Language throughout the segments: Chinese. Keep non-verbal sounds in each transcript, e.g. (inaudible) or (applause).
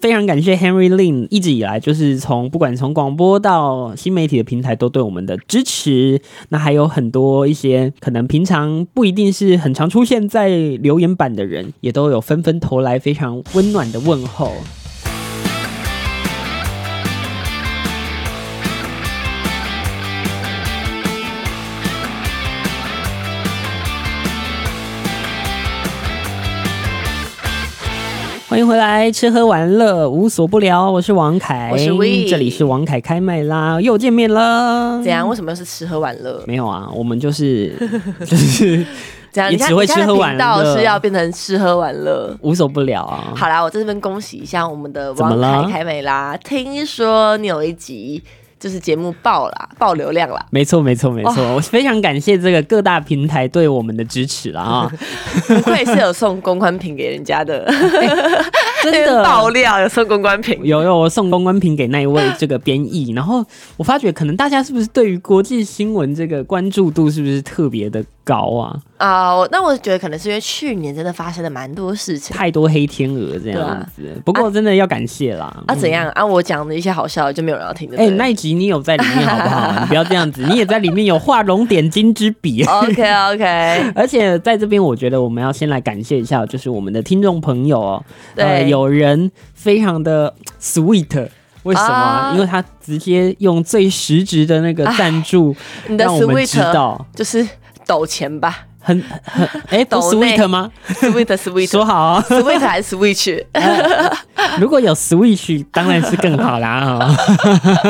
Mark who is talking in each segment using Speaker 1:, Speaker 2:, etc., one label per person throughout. Speaker 1: 非常感谢 Henry Lin 一直以来就是从不管从广播到新媒体的平台都对我们的支持。那还有很多一些可能平常不一定是很常出现在留言板的人，也都有纷纷投来非常温暖的问候。欢迎回来，吃喝玩乐无所不聊，我是王凯，
Speaker 2: 我是 Wee
Speaker 1: 这里是王凯开麦啦，又见面了。
Speaker 2: 怎样？为什么又是吃喝玩乐？
Speaker 1: 没有啊，我们就是 (laughs) 就是
Speaker 2: 怎样？
Speaker 1: 也
Speaker 2: 你看
Speaker 1: 只会
Speaker 2: 你看
Speaker 1: 吃喝
Speaker 2: 的
Speaker 1: 玩
Speaker 2: 频道
Speaker 1: 乐
Speaker 2: 是要变成吃喝玩乐。
Speaker 1: 无所不聊啊。
Speaker 2: 好啦，我在这边恭喜一下我们的
Speaker 1: 怎么
Speaker 2: 王
Speaker 1: 了
Speaker 2: 凯凯美啦！听说你有一集就是节目爆啦，爆流量啦，
Speaker 1: 没错，没错，没错，我非常感谢这个各大平台对我们的支持了
Speaker 2: (laughs)
Speaker 1: 啊！
Speaker 2: 不愧是有送公关品给人
Speaker 1: (laughs)
Speaker 2: 家的，
Speaker 1: 哎真
Speaker 2: (laughs) 爆
Speaker 1: 的，
Speaker 2: 料有送公关品。
Speaker 1: 有有我送公关品给那一位这个编译，然后我发觉可能大家是不是对于国际新闻这个关注度是不是特别的高啊？
Speaker 2: 啊、我那我觉得可能是因为去年真的发生了蛮多事情。
Speaker 1: 太多黑天鹅这
Speaker 2: 对
Speaker 1: 样
Speaker 2: 啊
Speaker 1: 子，不过真的要感谢啦。
Speaker 2: 啊，怎样啊？我讲的一些好笑的就没有人要听的。
Speaker 1: 嗯哎、那一集你有在里面好不
Speaker 2: (laughs)
Speaker 1: 好？你不要这样子，你也在里面有画龙点睛之笔。啊
Speaker 2: OK
Speaker 1: (laughs)
Speaker 2: OK，
Speaker 1: 而且在这边，我觉得我们要先来感谢一下，就是我们的听众朋友哦，呃，
Speaker 2: 对
Speaker 1: 有人非常的 sweet。为什么啊？
Speaker 2: 啊
Speaker 1: 因为他直接用最实质的那个赞助，
Speaker 2: (laughs) 你的
Speaker 1: 让我们知
Speaker 2: Sweet
Speaker 1: 道，
Speaker 2: (laughs) 就是抖钱吧
Speaker 1: 很很哎，不
Speaker 2: 抖内
Speaker 1: sweet 吗？
Speaker 2: ，Sweet Sweet
Speaker 1: 说好啊，
Speaker 2: Sweet 还是 Switch？
Speaker 1: (laughs) 如果有 Switch，当然是更好啦哦。 (laughs)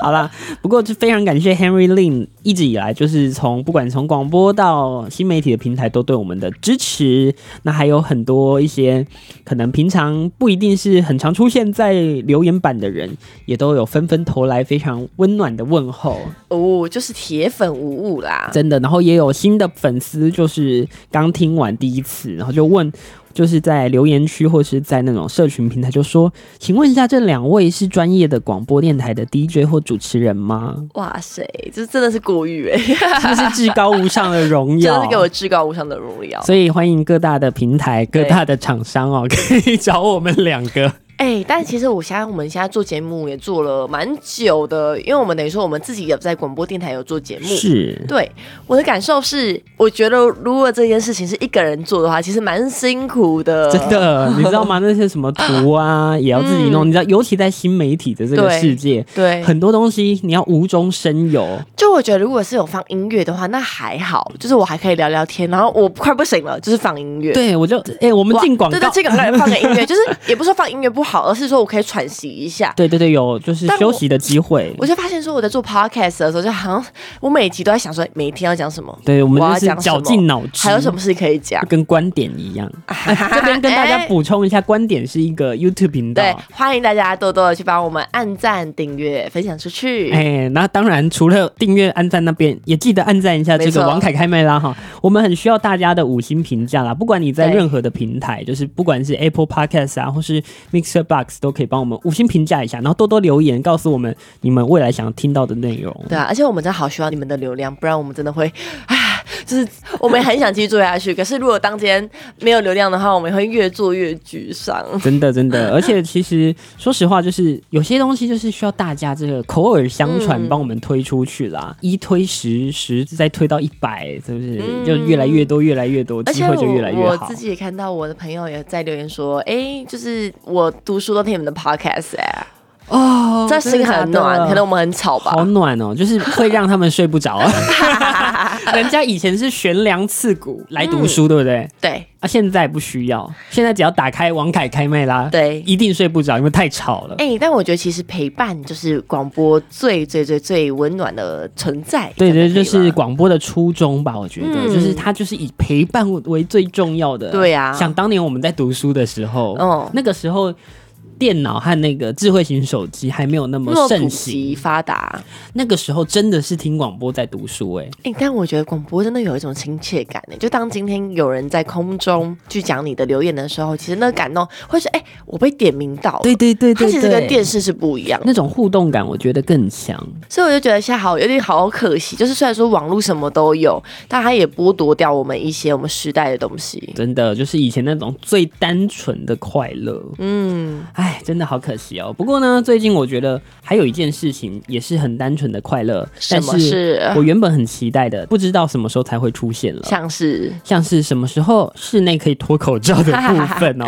Speaker 1: 好啦，不过就非常感谢 Henry Lin 一直以来就是从不管从广播到新媒体的平台都对我们的支持。那还有很多一些可能平常不一定是很常出现在留言板的人，也都有纷纷投来非常温暖的问候，
Speaker 2: 哦，就是铁粉无误啦。
Speaker 1: 真的。然后也有新的粉丝就是刚听完第一次，然后就问。就是在留言区或是在那种社群平台，就说，请问一下，这两位是专业的广播电台的 DJ 或主持人
Speaker 2: (laughs)
Speaker 1: 吗？
Speaker 2: 哇塞，这真的是过誉 (laughs) 哎，
Speaker 1: 是不是至高无上的荣
Speaker 2: 真
Speaker 1: 耀？
Speaker 2: 的是给我至高无上的荣耀。
Speaker 1: 所以欢迎各大的平台、各
Speaker 2: 对
Speaker 1: 大的厂商
Speaker 2: (laughs)
Speaker 1: 哦，可以找我们两个。
Speaker 2: 哎、但其实我现在我们现在做节目也做了蛮久的，因为我们等于说我们自己有在广播电台有做节目。
Speaker 1: 是，
Speaker 2: 对，我的感受是，我觉得如果这件事情是一个人做的话，其实蛮辛苦的。
Speaker 1: 真，的，你知道吗？那些什么图啊，也要自己弄。你知道，尤其在新媒体的这个
Speaker 2: 嗯对
Speaker 1: 世界，
Speaker 2: 对，
Speaker 1: 很多东西你要无中生有。
Speaker 2: 就我觉得如果是有放音乐的话，那还好，就是我还可以聊聊天，然后我快不行了，就是放音乐。
Speaker 1: 对，我就哎、我们
Speaker 2: 哇，
Speaker 1: 进广
Speaker 2: 对
Speaker 1: 告
Speaker 2: 对，，进广告也放个音乐，就是也不是说放音乐不好，而是说我可以喘息一下。
Speaker 1: 对对对，有就是
Speaker 2: 但我
Speaker 1: 休息的机会。
Speaker 2: 我就发现说我在做 podcast 的时候，就好像我每集都在想说每一天要讲什么，
Speaker 1: 对，我们
Speaker 2: 我要
Speaker 1: 就是
Speaker 2: 讲什
Speaker 1: 绞
Speaker 2: 么
Speaker 1: 尽脑汁。
Speaker 2: 还有什么事可以讲
Speaker 1: 就。跟观点一
Speaker 2: (laughs)
Speaker 1: 样？哎这边跟大家补充一下，观点是一个 YouTube 频道。
Speaker 2: 对，欢迎大家多多的去帮我们按赞、订阅、分享出去。
Speaker 1: 哎，那当然，除了订阅、按赞那边，也记得按赞一下这
Speaker 2: 没
Speaker 1: 个
Speaker 2: 错
Speaker 1: 王凯开麦啦哈。我们很需要大家的五星评价啦，不管你在
Speaker 2: 对
Speaker 1: 任何的平台，就是不管是 Apple Podcast 啊，或是 Mixer Box，都可以帮我们五星评价一下，然后多多留言告诉我们你们未来想听到的内容。
Speaker 2: 对啊，而且我们真的好需要你们的流量，不然我们真的会，唉，就是我们也很想继续做下去，可是如果当天没有流量的话，我们会越做越沮丧。 (laughs)
Speaker 1: 真的，真的，而且其实说实话，就是有些东西就是需要大家这个口耳相传
Speaker 2: 嗯
Speaker 1: 帮我们推出去啦，一推十，十再推到一百，是不是、
Speaker 2: 嗯
Speaker 1: 就越来越多，越来越多，
Speaker 2: 而
Speaker 1: 机
Speaker 2: 且
Speaker 1: 会
Speaker 2: 我
Speaker 1: 就越来越
Speaker 2: 我
Speaker 1: 好
Speaker 2: 自。己也看到我的朋友也在留言说，哎、就是我读书都听你们的 podcast 哎、
Speaker 1: 哦
Speaker 2: 这心很暖，可能我们很吵吧。
Speaker 1: 好暖哦，就是会让他们睡不着。啊
Speaker 2: (laughs)
Speaker 1: 人家以前是悬梁刺股来读书，对不对？
Speaker 2: 对
Speaker 1: 啊，现在不需要，现在只要打开王凯开麦啦，，
Speaker 2: 对，
Speaker 1: 一定睡不着，因为太吵了。
Speaker 2: 哎、但我觉得其实陪伴就是广播最最最最温暖的存在。
Speaker 1: 对对，就
Speaker 2: 这样可以
Speaker 1: 是
Speaker 2: 吗
Speaker 1: 广播的初衷吧，我觉得，
Speaker 2: 嗯
Speaker 1: 就是它就是以陪伴为最重要的。
Speaker 2: 对啊
Speaker 1: 想当年我们在读书的时候，
Speaker 2: 嗯
Speaker 1: 那个时候电脑和那个智慧型手机还没有那么
Speaker 2: 那么普
Speaker 1: 盛行，
Speaker 2: 及发达。
Speaker 1: 那个时候真的是听广播在读书、欸，
Speaker 2: 哎、但我觉得广播真的有一种亲切感欸呢。就当今天有人在空中去讲你的留言的时候，其实那个感动会是哎、我被点名到了。
Speaker 1: 对对对
Speaker 2: 哦它
Speaker 1: 对
Speaker 2: 其实跟
Speaker 1: 对
Speaker 2: 电。视是不一样的，
Speaker 1: 那种互动感，我觉得更强。
Speaker 2: 所以我就觉得现在好有点好可惜，就是虽然说网络什么都有，但它也剥夺掉我们一些我们时代的东西。
Speaker 1: 真的，就是以前那种最单纯的快乐。
Speaker 2: 嗯，
Speaker 1: 哎、哎，真的好可惜哦。不过呢，最近我觉得还有一件事情也是很单纯的快乐，
Speaker 2: 什
Speaker 1: 但
Speaker 2: 么
Speaker 1: 是
Speaker 2: 是
Speaker 1: 我原本很期待的，不知道什么时候才会出现了。
Speaker 2: 像是
Speaker 1: 像是什么时候室内可以脱口罩的部
Speaker 2: (laughs)
Speaker 1: 分哦，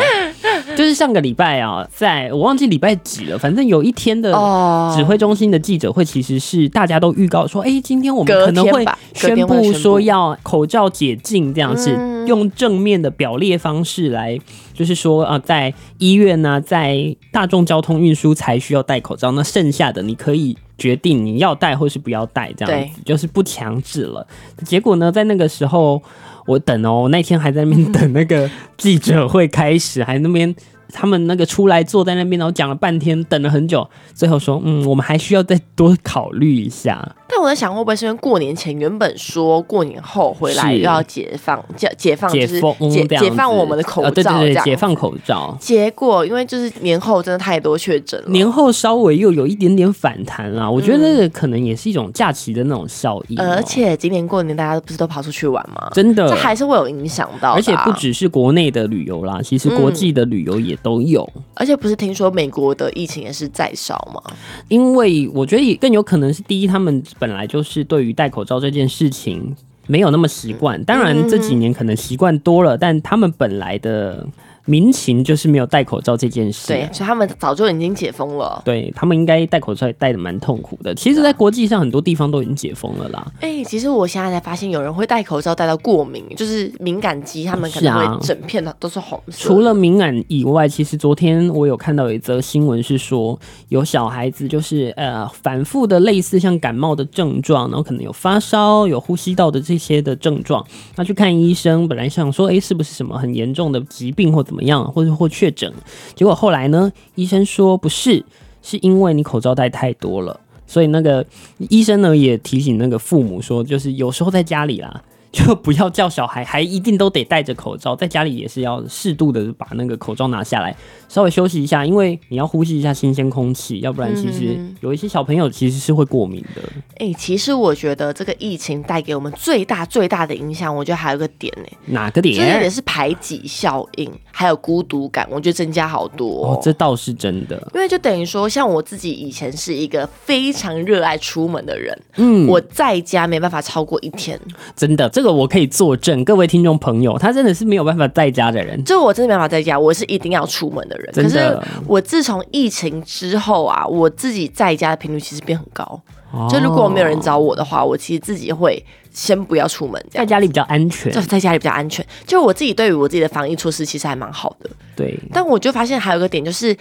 Speaker 1: 就是上个礼拜啊，在我忘记礼拜几了，反正有一天的
Speaker 2: 哦，
Speaker 1: 指挥中心的记者会，其实是大家都预告说，哎、今天我们
Speaker 2: 隔
Speaker 1: 可能
Speaker 2: 天
Speaker 1: 会
Speaker 2: 吧隔
Speaker 1: 宣
Speaker 2: 天会
Speaker 1: 布
Speaker 2: 宣
Speaker 1: 说
Speaker 2: 布
Speaker 1: 要口罩解禁这样子，
Speaker 2: 嗯
Speaker 1: 用正面的表列方式来，就是说啊、呃在医院呢、在大众交通运输才需要戴口罩，那剩下的你可以。决定你要戴或是不要戴，这样
Speaker 2: 对
Speaker 1: 子就是不强制了。结果呢，在那个时候，我等哦，我那天还在那边等那个记者会开始，还那边他们那个出来坐在那边，然后讲了半天，等了很久，最后说，嗯，我们还需要再多考虑一下。
Speaker 2: 但我在想，会不会是因为过年前原本说过年后回来
Speaker 1: 是
Speaker 2: 要解放解解放，
Speaker 1: 解
Speaker 2: 就是
Speaker 1: 封嗯
Speaker 2: 解
Speaker 1: 这样子
Speaker 2: 解放我们的口罩，
Speaker 1: 呃对对
Speaker 2: 这
Speaker 1: 对，
Speaker 2: 样
Speaker 1: 解放口罩。
Speaker 2: 结果，因为就是年后真的太多确诊了，
Speaker 1: 年后稍微又有一点点反弹啦，我觉得可能也是一种假期的那种效应哦、
Speaker 2: 嗯呃而且今年过年大家不是都跑出去玩吗？
Speaker 1: 真的
Speaker 2: 这，还是会有影响到的啊、
Speaker 1: 呃而且不只是国内的旅游啦，其实国际的旅游也都有。
Speaker 2: 而且不是听说美国的疫情也是在烧吗？
Speaker 1: 因为我觉得也更有可能是第一，他们本来就是对于戴口罩这件事情没有那么习惯。
Speaker 2: 嗯
Speaker 1: 当然这几年可能习惯多了，但他们本来的民情就是没有戴口罩这件事
Speaker 2: 对
Speaker 1: 啊。，
Speaker 2: 所以他们早就已经解封了。
Speaker 1: 对他们应该戴口罩也戴的蛮痛苦的。其实，在
Speaker 2: 啊
Speaker 1: 国际上很多地方都已经解封了啦。
Speaker 2: 哎、其实我现在才发现，有人会戴口罩戴到过敏，就是敏感肌，他们可能
Speaker 1: 是啊
Speaker 2: 会整片的都是红色。
Speaker 1: 除了敏感以外，其实昨天我有看到有一则新闻是说，有小孩子就是呃反复的类似像感冒的症状，然后可能有发烧、有呼吸道的这些的症状，那去看医生，本来想说，诶，是不是什么很严重的疾病或怎么样，或者或确诊，结果后来呢，医生说不是，是因为你口罩戴太多了。所以那个医生呢也提醒那个父母说，就是有时候在家里啦，就不要叫小孩还一定都得戴着口罩，在家里也是要适度的把那个口罩拿下来，稍微休息一下，因为你要呼吸一下新鲜空气，要不然其实有一些小朋友其实是会过敏的。
Speaker 2: 哎、其实我觉得这个疫情带给我们最大最大的影响，我觉得还有一个点呢、
Speaker 1: 哪个
Speaker 2: 就是也
Speaker 1: 点？
Speaker 2: 是排挤效应，还有孤独感，我觉得增加好多、
Speaker 1: 哦，这倒是真的。
Speaker 2: 因为就等于说，像我自己以前是一个非常热爱出门的人，
Speaker 1: 嗯，
Speaker 2: 我在家没办法超过一天，
Speaker 1: 真的，这个我可以作证，各位听众朋友，他真的是没有办法在家的人。
Speaker 2: 就我真的没办法在家，我是一定要出门的人。
Speaker 1: 真
Speaker 2: 可是
Speaker 1: 的
Speaker 2: 我自从疫情之后啊，我自己在家的频率其实变很高。
Speaker 1: 哦
Speaker 2: 就如果没有人找我的话，我其实自己会先不要出门，这
Speaker 1: 在
Speaker 2: 样
Speaker 1: 家里比较安全
Speaker 2: 就，在家里比较安全。就我自己对于我自己的防疫措施其实还蛮好的，
Speaker 1: 对，
Speaker 2: 但我就发现还有一个点就是，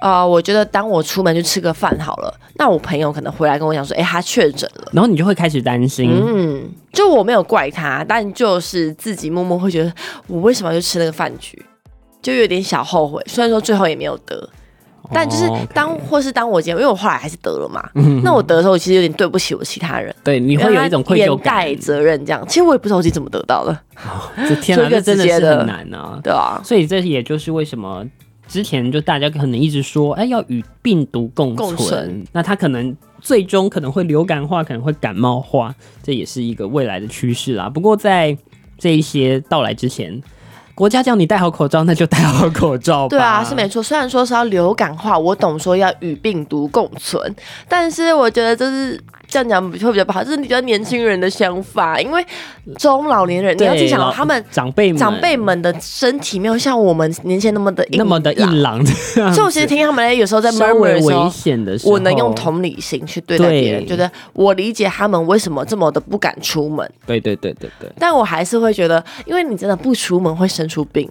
Speaker 2: 呃，我觉得当我出门去吃个饭好了，那我朋友可能回来跟我讲说，哎、他确诊了。
Speaker 1: 然后你就会开始担心。
Speaker 2: 嗯，就我没有怪他，但就是自己默默会觉得，我为什么要去吃那个饭局，就有点小后悔。虽然说最后也没有得，但就是
Speaker 1: 哦，OK 嗯
Speaker 2: 当、或是当我今天，因为我后来还是得了嘛，那我得的时候，我其实有点对不起我其他人，
Speaker 1: 对你会有一种愧疚感
Speaker 2: 连带。责任这样。其实我也不知道我自己怎么得到的，
Speaker 1: 这天啊，
Speaker 2: 做一
Speaker 1: 这
Speaker 2: 个
Speaker 1: 真的
Speaker 2: 直接
Speaker 1: 是
Speaker 2: 的
Speaker 1: 很难啊。
Speaker 2: 对啊，
Speaker 1: 所以这也就是为什么之前就大家可能一直说，哎，要与病毒共存。
Speaker 2: 共存
Speaker 1: 那它可能最终可能会流感化，可能会感冒化，这也是一个未来的趋势啦。不过在这一些到来之前，国家叫你戴好口罩，那就戴好口罩吧。
Speaker 2: 对啊，是没错。虽然说是要流感化，我懂说要与病毒共存，但是我觉得这是这样讲会比较不好，这是比较年轻人的想法，因为中老年人你
Speaker 1: 对。
Speaker 2: 要去想
Speaker 1: 老
Speaker 2: 哦他们。
Speaker 1: 长辈们
Speaker 2: 长辈们的身体没有像我们年轻人那么的硬
Speaker 1: 那么的
Speaker 2: 朗
Speaker 1: 硬朗，
Speaker 2: (laughs)
Speaker 1: 这样
Speaker 2: 所以我其实听他们有时候在
Speaker 1: 稍
Speaker 2: murmur
Speaker 1: 微
Speaker 2: 的时
Speaker 1: 危
Speaker 2: 候，
Speaker 1: 险的时候，
Speaker 2: 我能用同理心去对待
Speaker 1: 对
Speaker 2: 别人，觉得我理解他们为什么这么的不敢出门，
Speaker 1: 对对对对对，
Speaker 2: 但我还是会觉得，因为你真的不出门会生出病。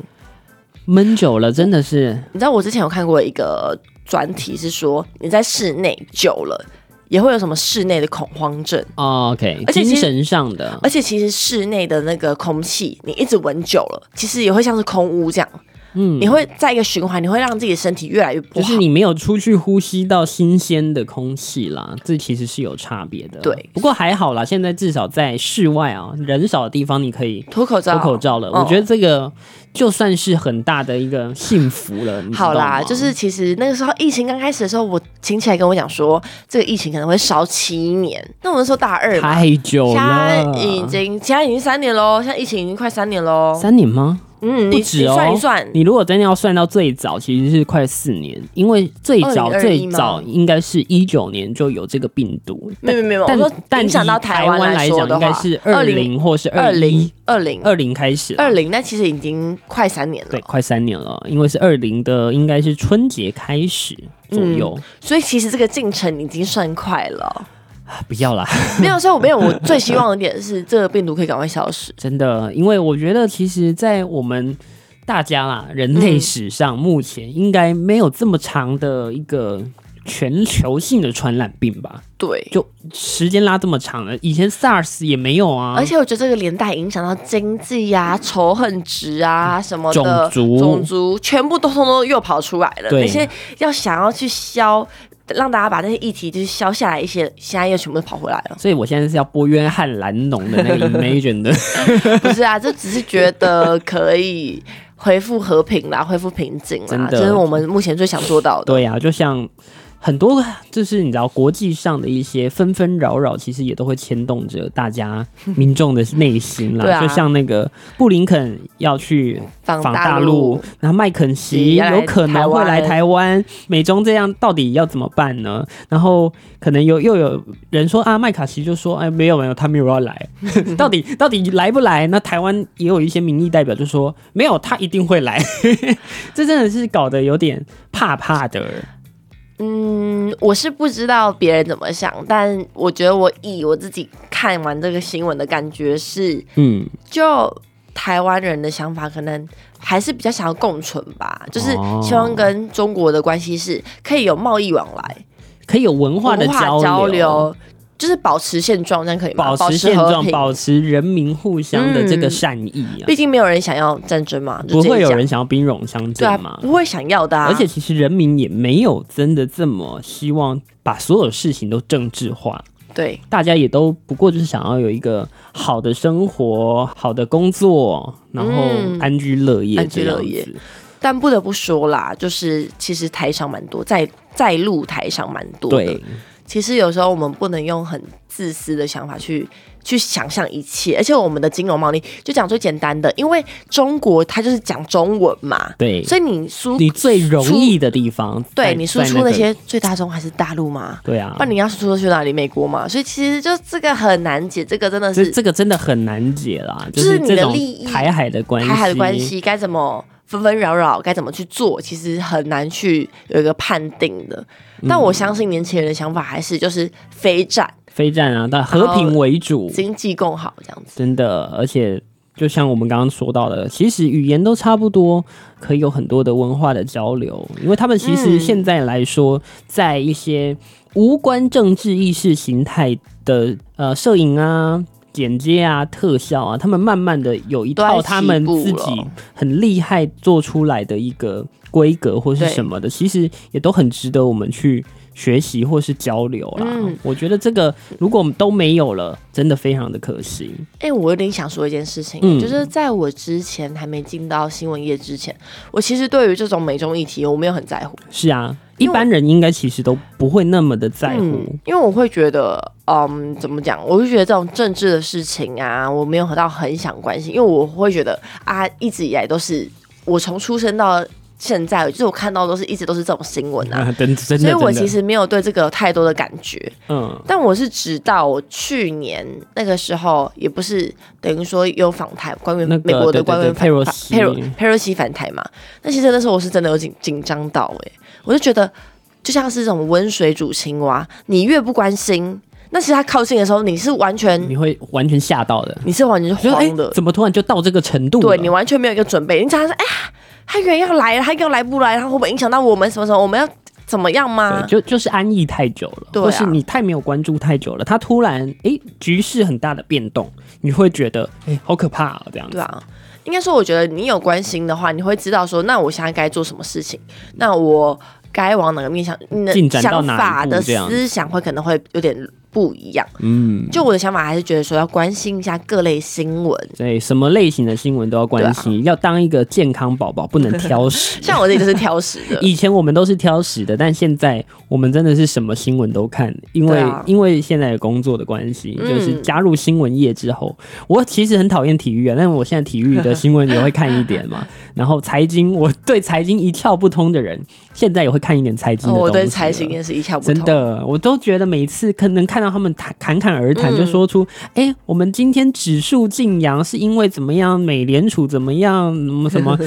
Speaker 1: 闷久了真的是
Speaker 2: 你知道我之前有看过一个专题是说，你在室内久了也会有什么室内的恐慌症。
Speaker 1: 哦 OK，
Speaker 2: 而且其
Speaker 1: 精
Speaker 2: 实
Speaker 1: 神上的
Speaker 2: 而且其实室内的那个空气，你一直闻久了，其实也会像是空屋这样。嗯，你会在一个循环，你会让自己的身体越来越不
Speaker 1: 就
Speaker 2: 好。
Speaker 1: 是你没有出去呼吸到新鲜的空气啦，这其实是有差别的。
Speaker 2: 对，
Speaker 1: 不过还好啦，现在至少在室外啊，人少的地方你可以
Speaker 2: 脱口罩，
Speaker 1: 脱口罩了。
Speaker 2: 哦
Speaker 1: 我觉得这个就算是很大的一个幸福了。你知道
Speaker 2: 好啦，
Speaker 1: 吗
Speaker 2: 就是其实那个时候疫情刚开始的时候，我亲戚还跟我讲说，这个疫情可能会烧七年。那我那时候大二嘛，
Speaker 1: 太久
Speaker 2: 现在
Speaker 1: 了，
Speaker 2: 已经现在已经三年喽，现在疫情已经快三年喽。
Speaker 1: 三年吗？
Speaker 2: 嗯，你
Speaker 1: 不止
Speaker 2: 你
Speaker 1: 哦
Speaker 2: 算一算，
Speaker 1: 你如果真的要算到最早，其实是快四年，因为最早
Speaker 2: 2021
Speaker 1: 最早
Speaker 2: 吗
Speaker 1: 应该是一九年就有这个病毒，
Speaker 2: 没有没有没有，
Speaker 1: 但
Speaker 2: 我说
Speaker 1: 但
Speaker 2: 影响
Speaker 1: 以
Speaker 2: 到
Speaker 1: 台
Speaker 2: 湾
Speaker 1: 来
Speaker 2: 说
Speaker 1: 讲，
Speaker 2: 的
Speaker 1: 应该
Speaker 2: 话，
Speaker 1: 是二零或是
Speaker 2: 二
Speaker 1: 一
Speaker 2: 零二零
Speaker 1: 二零开始啦，
Speaker 2: 二零，那其实已经快三年了
Speaker 1: 对，。快三年了，因为是二零的，应该是春节开始左右。
Speaker 2: 所以其实这个进程已经算快了。
Speaker 1: 啊不要啦，
Speaker 2: 没有，所以我没有，我最希望的点是这个病毒可以赶快消失。
Speaker 1: 真的，因为我觉得其实，在我们大家啦，人类史上目前应该没有这么长的一个全球性的传染病吧。
Speaker 2: 对，
Speaker 1: 就时间拉这么长了，以前 SARS 也没有啊，
Speaker 2: 而且我觉得这个连带影响到经济呀、仇恨值啊什么的，
Speaker 1: 嗯种族
Speaker 2: 种族全部都通通又跑出来了。
Speaker 1: 对。
Speaker 2: 那些要想要去消，让大家把那些议题就是消下来一些，现在又全部跑回来了
Speaker 1: 所以我现在是要播约翰兰农的
Speaker 2: (laughs)
Speaker 1: 那个 Imagine 的，
Speaker 2: 不是啊，这只是觉得可以恢复和平啦，恢复平静
Speaker 1: 真
Speaker 2: 啦，
Speaker 1: 的
Speaker 2: 这是我们目前最想做到的。
Speaker 1: 对啊，就像很多就是你知道国际上的一些纷纷扰扰，其实也都会牵动着大家民众的内心啦。
Speaker 2: (laughs) 对啊
Speaker 1: 就像那个布林肯要去
Speaker 2: 访
Speaker 1: 访
Speaker 2: 大
Speaker 1: 大
Speaker 2: 陆
Speaker 1: 陆，，然后麦肯锡
Speaker 2: 也要来
Speaker 1: 有可能会来台湾，美中这样到底要怎么办呢？然后可能有又有人说啊，麦卡锡就说，哎，没有没有，他没有要
Speaker 2: (laughs)
Speaker 1: 来，到底到底来不来？那台湾也有一些民意代表就说，没有，他一定会来， (laughs) 这真的是搞得有点怕怕的。
Speaker 2: 嗯，我是不知道别人怎么想，但我觉得我以我自己看完这个新闻的感觉是，
Speaker 1: 嗯，
Speaker 2: 就台湾人的想法可能还是比较想要共存吧，就是
Speaker 1: 哦
Speaker 2: 希望跟中国的关系是可以有贸易往来、
Speaker 1: 可以有文化的
Speaker 2: 文化
Speaker 1: 流，
Speaker 2: 交流，就是保持现状，这样可以吗？
Speaker 1: 保
Speaker 2: 保
Speaker 1: 持现
Speaker 2: 和
Speaker 1: 状，
Speaker 2: 平，
Speaker 1: 保持人民互相的这个
Speaker 2: 嗯
Speaker 1: 善意啊，
Speaker 2: 毕竟没有人想要战争嘛，就
Speaker 1: 不
Speaker 2: 直接
Speaker 1: 会有
Speaker 2: 讲
Speaker 1: 人想要兵戎相
Speaker 2: 对啊
Speaker 1: 见嘛，。
Speaker 2: 不会想要的、啊，
Speaker 1: 而且其实人民也没有真的这么希望把所有事情都政治化，
Speaker 2: 对，
Speaker 1: 大家也都不过就是想要有一个好的生活、好的工作，然后
Speaker 2: 嗯
Speaker 1: 安居乐业
Speaker 2: 安居
Speaker 1: 这样
Speaker 2: 乐业
Speaker 1: 子。
Speaker 2: 但不得不说啦，就是其实台上蛮多，在在路台上蛮多的。
Speaker 1: 对，
Speaker 2: 其实有时候我们不能用很自私的想法去去想象一切，而且我们的金融贸易就讲最简单的，因为中国它就是讲中文嘛，
Speaker 1: 对
Speaker 2: 所以你输
Speaker 1: 你最容易的地方在，
Speaker 2: 对你输
Speaker 1: 在
Speaker 2: 出那
Speaker 1: 个，
Speaker 2: 些最大宗还是大陆嘛，
Speaker 1: 对啊
Speaker 2: 不，然你要输出去哪里？美国嘛，所以其实就这个很难解，这个真的
Speaker 1: 这
Speaker 2: 是
Speaker 1: 这个真的很难解啦，
Speaker 2: 就是是你
Speaker 1: 这
Speaker 2: 的
Speaker 1: 种
Speaker 2: 利益
Speaker 1: 台海的关系，
Speaker 2: 台海的关，系该怎么纷纷扰扰，该怎么去做，其实很难去有一个判定的。
Speaker 1: 嗯
Speaker 2: 但我相信年轻人的想法还是就是非战，
Speaker 1: 非战啊，但和平为主，
Speaker 2: 经济共好这样子。
Speaker 1: 真的，而且就像我们刚刚说到的，其实语言都差不多，可以有很多的文化的交流，因为他们其实
Speaker 2: 嗯
Speaker 1: 现在来说，在一些无关政治意识形态的呃摄影啊。剪接啊，特效啊，他们慢慢的有一
Speaker 2: 都在
Speaker 1: 套
Speaker 2: 起
Speaker 1: 他们自
Speaker 2: 步
Speaker 1: 己
Speaker 2: 了
Speaker 1: 很厉害做出来的一个规格或是
Speaker 2: 对
Speaker 1: 什么的，其实也都很值得我们去学习或是交流啦。
Speaker 2: 嗯
Speaker 1: 我觉得这个如果我们都没有了，真的非常的可惜。
Speaker 2: 哎、我有点想说一件事情，
Speaker 1: 嗯
Speaker 2: 就是在我之前还没进到新闻业之前，我其实对于这种美中议题我没有很在乎，
Speaker 1: 是啊，一
Speaker 2: 因为
Speaker 1: 般人应该其实都不会那么的在乎
Speaker 2: 嗯。，因为我会觉得，嗯，怎么讲？我就觉得这种政治的事情啊，我没有到很想关心，因为我会觉得啊，一直以来都是我从出生到现在，就是我看到都是一直都是这种新闻啊。
Speaker 1: (laughs) 啊，真的 (laughs) 真的，
Speaker 2: 所以我
Speaker 1: 真的
Speaker 2: 其实没有对这个有太多的感觉，
Speaker 1: 嗯，
Speaker 2: 但我是直到我去年那个时候，也不是等于说有访谈官员，
Speaker 1: 那个
Speaker 2: 美国
Speaker 1: 对对
Speaker 2: 的官员
Speaker 1: 对
Speaker 2: 反
Speaker 1: 佩洛
Speaker 2: 反
Speaker 1: 西
Speaker 2: 佩洛佩洛西反台嘛。那其实那时候我是真的有紧紧张到哎、我就觉得就像是这种温水煮青蛙，你越不关心，那其实他靠近的时候，你是完全
Speaker 1: 你会完全吓到的，
Speaker 2: 你是完全是
Speaker 1: 觉得哎
Speaker 2: 慌的，，
Speaker 1: 怎么突然就到这个程度了？
Speaker 2: 对你完全没有一个准备。你想说，哎呀，他原要来了，他又来不来，他会不会影响到我们什么什么？我们要怎么样吗
Speaker 1: 对，？就就是安逸太久了，
Speaker 2: 啊对啊
Speaker 1: 或是你太没有关注太久了，他突然哎、局势很大的变动，你会觉得哎、好可怕哦，这样子
Speaker 2: 对啊，应该说，我觉得你有关心的话，你会知道说，那我现在该做什么事情，那我该往哪个面向，你的
Speaker 1: 进展到
Speaker 2: 想
Speaker 1: 哪一
Speaker 2: 法
Speaker 1: 步
Speaker 2: 的
Speaker 1: 这样
Speaker 2: 思想会可能会有点不一样。
Speaker 1: 嗯，
Speaker 2: 就我的想法还是觉得说要关心一下各类新闻。
Speaker 1: 对，什么类型的新闻都要关
Speaker 2: 啊
Speaker 1: 心，要当一个健康宝宝，不能挑食。
Speaker 2: 像我自己就是挑食
Speaker 1: (laughs)
Speaker 2: 的，
Speaker 1: 以前我们都是挑食的，但现在我们真的是什么新闻都看，因为、
Speaker 2: 对啊
Speaker 1: 因为现在的工作的关系，
Speaker 2: 嗯
Speaker 1: 就是加入新闻业之后，我其实很讨厌体育啊，但我现在体育的新闻也会看一点
Speaker 2: (laughs)
Speaker 1: 嘛。然后财经，我对财经一窍不通的人，现在也会看一点财经
Speaker 2: 哦
Speaker 1: 的东西了、
Speaker 2: 我对财经也是一窍不
Speaker 1: 真
Speaker 2: 通。
Speaker 1: 的，我都觉得每次可能看到他们谈侃侃而谈，
Speaker 2: 嗯
Speaker 1: 就说出，哎、我们今天指数晋阳是因为怎么样，美联储怎么样，什么什
Speaker 2: (laughs)
Speaker 1: 么，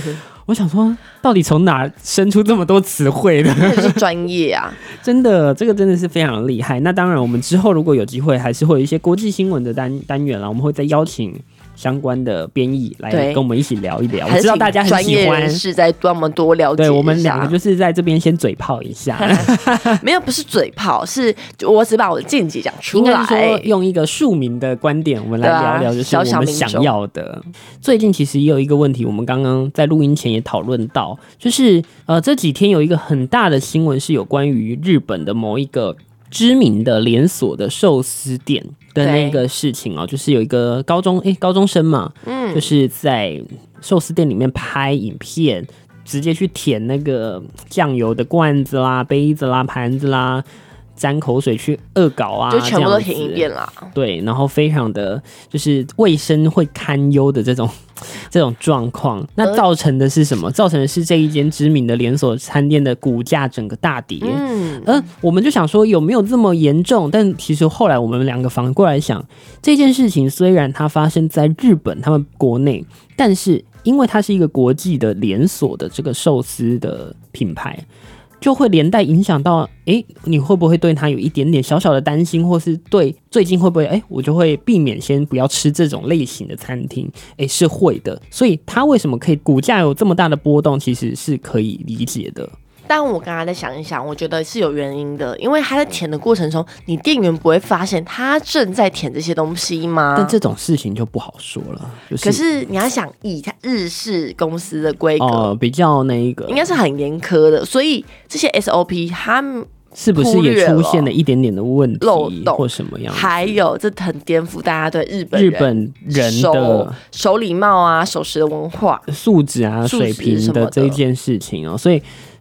Speaker 1: 我想说，到底从哪儿生出这么多词汇的？ (laughs)
Speaker 2: 那就是专业啊，
Speaker 1: 真的，这个真的是非常厉害。那当然，我们之后如果有机会，还是会有一些国际新闻的单单元啦，我们会再邀请相关的编译来
Speaker 2: 对
Speaker 1: 跟我们一起聊一聊。 (laughs) 我
Speaker 2: 还
Speaker 1: 知
Speaker 2: 是
Speaker 1: 道大家
Speaker 2: 请
Speaker 1: 很
Speaker 2: 专
Speaker 1: 喜
Speaker 2: 业
Speaker 1: 欢
Speaker 2: 人，士在帮我们多了解
Speaker 1: 对
Speaker 2: 一下。
Speaker 1: 我们两个就是在这边先嘴炮一下。
Speaker 2: (laughs) 没有不是嘴炮，是我只把我的见解讲
Speaker 1: 应
Speaker 2: 出
Speaker 1: 该是说
Speaker 2: 来。
Speaker 1: 用一个庶民的观点，我们来
Speaker 2: 对啊
Speaker 1: 聊聊，就是
Speaker 2: 小
Speaker 1: 我
Speaker 2: 小
Speaker 1: 们
Speaker 2: 民
Speaker 1: 想
Speaker 2: 众
Speaker 1: 要的。最近其实也有一个问题，我们刚刚在录音前也讨论到，就是呃这几天有一个很大的新闻是有关于日本的某一个知名的连锁的寿司店的那
Speaker 2: 对
Speaker 1: 个事情哦，就是有一个高中诶、高中生嘛，
Speaker 2: 嗯
Speaker 1: 就是在寿司店里面拍影片。直接去舔那个酱油的罐子啦、杯子啦、盘子啦，沾口水去恶搞啊，
Speaker 2: 就全部
Speaker 1: 这
Speaker 2: 都
Speaker 1: 样
Speaker 2: 填
Speaker 1: 子
Speaker 2: 一。遍啦，
Speaker 1: 对，然后非常的就是卫生会堪忧的这种 (laughs) 这种状况，那
Speaker 2: 而
Speaker 1: 造成的是什么？造成的是这一间知名的连锁餐店的股价整个大跌。
Speaker 2: 嗯，
Speaker 1: 嗯，我们就想说有没有这么严重？但其实后来我们两个反过来想，这件事情虽然它发生在日本他们国内，但是因为它是一个国际的连锁的这个寿司的品牌，就会连带影响到，诶，你会不会对它有一点点小小的担心，或是对最近会不会，诶，我就会避免先不要吃这种类型的餐厅，诶，是会的。所以它为什么可以股价有这么大的波动，其实是可以理解的。
Speaker 2: 但我刚才再想一想，我觉得是有原因的，因为他在舔的过程中，你店员不会发现他正在舔这些东西吗？
Speaker 1: 但这种事情就不好说了，就是
Speaker 2: 啊可是你要想，以他日式公司的规格，
Speaker 1: 哦、比较那一个，
Speaker 2: 应该是很严苛的，所以这些 SOP 他们
Speaker 1: 是不是
Speaker 2: 忽
Speaker 1: 也
Speaker 2: 略
Speaker 1: 出
Speaker 2: 了
Speaker 1: 现了一点点的问
Speaker 2: 漏
Speaker 1: 题
Speaker 2: 洞
Speaker 1: 或什么样子？
Speaker 2: 还有这很颠覆大家对日本
Speaker 1: 日
Speaker 2: 人
Speaker 1: 本人
Speaker 2: 守
Speaker 1: 的
Speaker 2: 守礼貌啊、守时的文化。
Speaker 1: 素质啊、
Speaker 2: 素
Speaker 1: 水
Speaker 2: 质
Speaker 1: 平
Speaker 2: 什么
Speaker 1: 的
Speaker 2: 的
Speaker 1: 这一件事情哦、所以。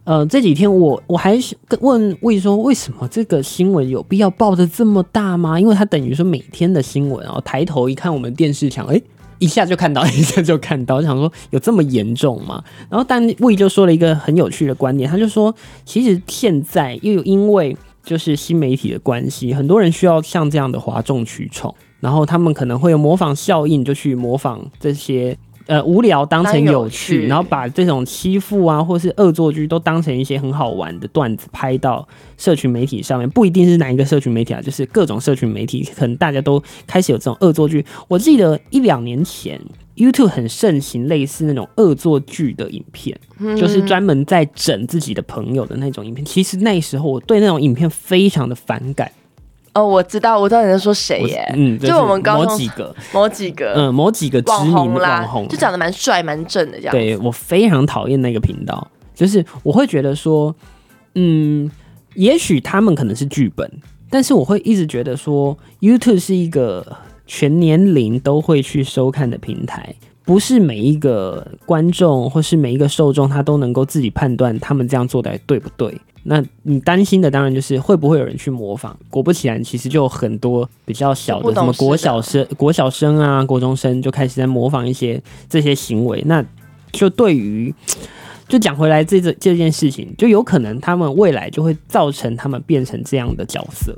Speaker 1: 呃，这几天我我还是跟问魏说，为什么这个新闻有必要报的这么大吗？因为它等于说每天的新闻哦，抬头一看我们电视墙，哎、一下就看到， (laughs) 一下就看到，我想说有这么严重吗？然后但魏就说了一个很有趣的观点，他就说，其实现在又有因为就是新媒体的关系，很多人需要像这样的哗众取宠，然后他们可能会有模仿效应，就去模仿这些。呃，无聊当成
Speaker 2: 当
Speaker 1: 有
Speaker 2: 有
Speaker 1: 趣，
Speaker 2: 趣
Speaker 1: 然后把这种欺负啊，或是恶作剧都当成一些很好玩的段子拍到社群媒体上面，不一定是哪一个社群媒体啊，就是各种社群媒体，可能大家都开始有这种恶作剧。我记得一两年前，YouTube 很盛行类似那种恶作剧的影片，就是
Speaker 2: 嗯
Speaker 1: 专门在整自己的朋友的那种影片。其实那时候我对那种影片非常的反感，
Speaker 2: 哦，我知道，我知道你在说谁
Speaker 1: 我
Speaker 2: 耶，
Speaker 1: 嗯，
Speaker 2: 哎就是我们高
Speaker 1: 某
Speaker 2: 中
Speaker 1: 几个，
Speaker 2: 某几个、
Speaker 1: 嗯，某几个知
Speaker 2: 网
Speaker 1: 名
Speaker 2: 红
Speaker 1: 的
Speaker 2: 啦，
Speaker 1: 网红，
Speaker 2: 就长得蛮帅、蛮正的这样。
Speaker 1: 对我非常讨厌那个频道，就是我会觉得说，嗯，也许他们可能是剧本，但是我会一直觉得说，YouTube 是一个全年龄都会去收看的平台。不是每一个观众或是每一个受众，他都能够自己判断他们这样做的对不对。那你担心的当然就是会不会有人去模仿。果不其然，其实就有很多比较小的
Speaker 2: 不
Speaker 1: 什
Speaker 2: 懂
Speaker 1: 么
Speaker 2: 事的
Speaker 1: 国小生、国小生啊、国中生就开始在模仿一些这些行为。那就对于，就讲回来这这这件事情，就有可能他们未来就会造成他们变成这样的角色。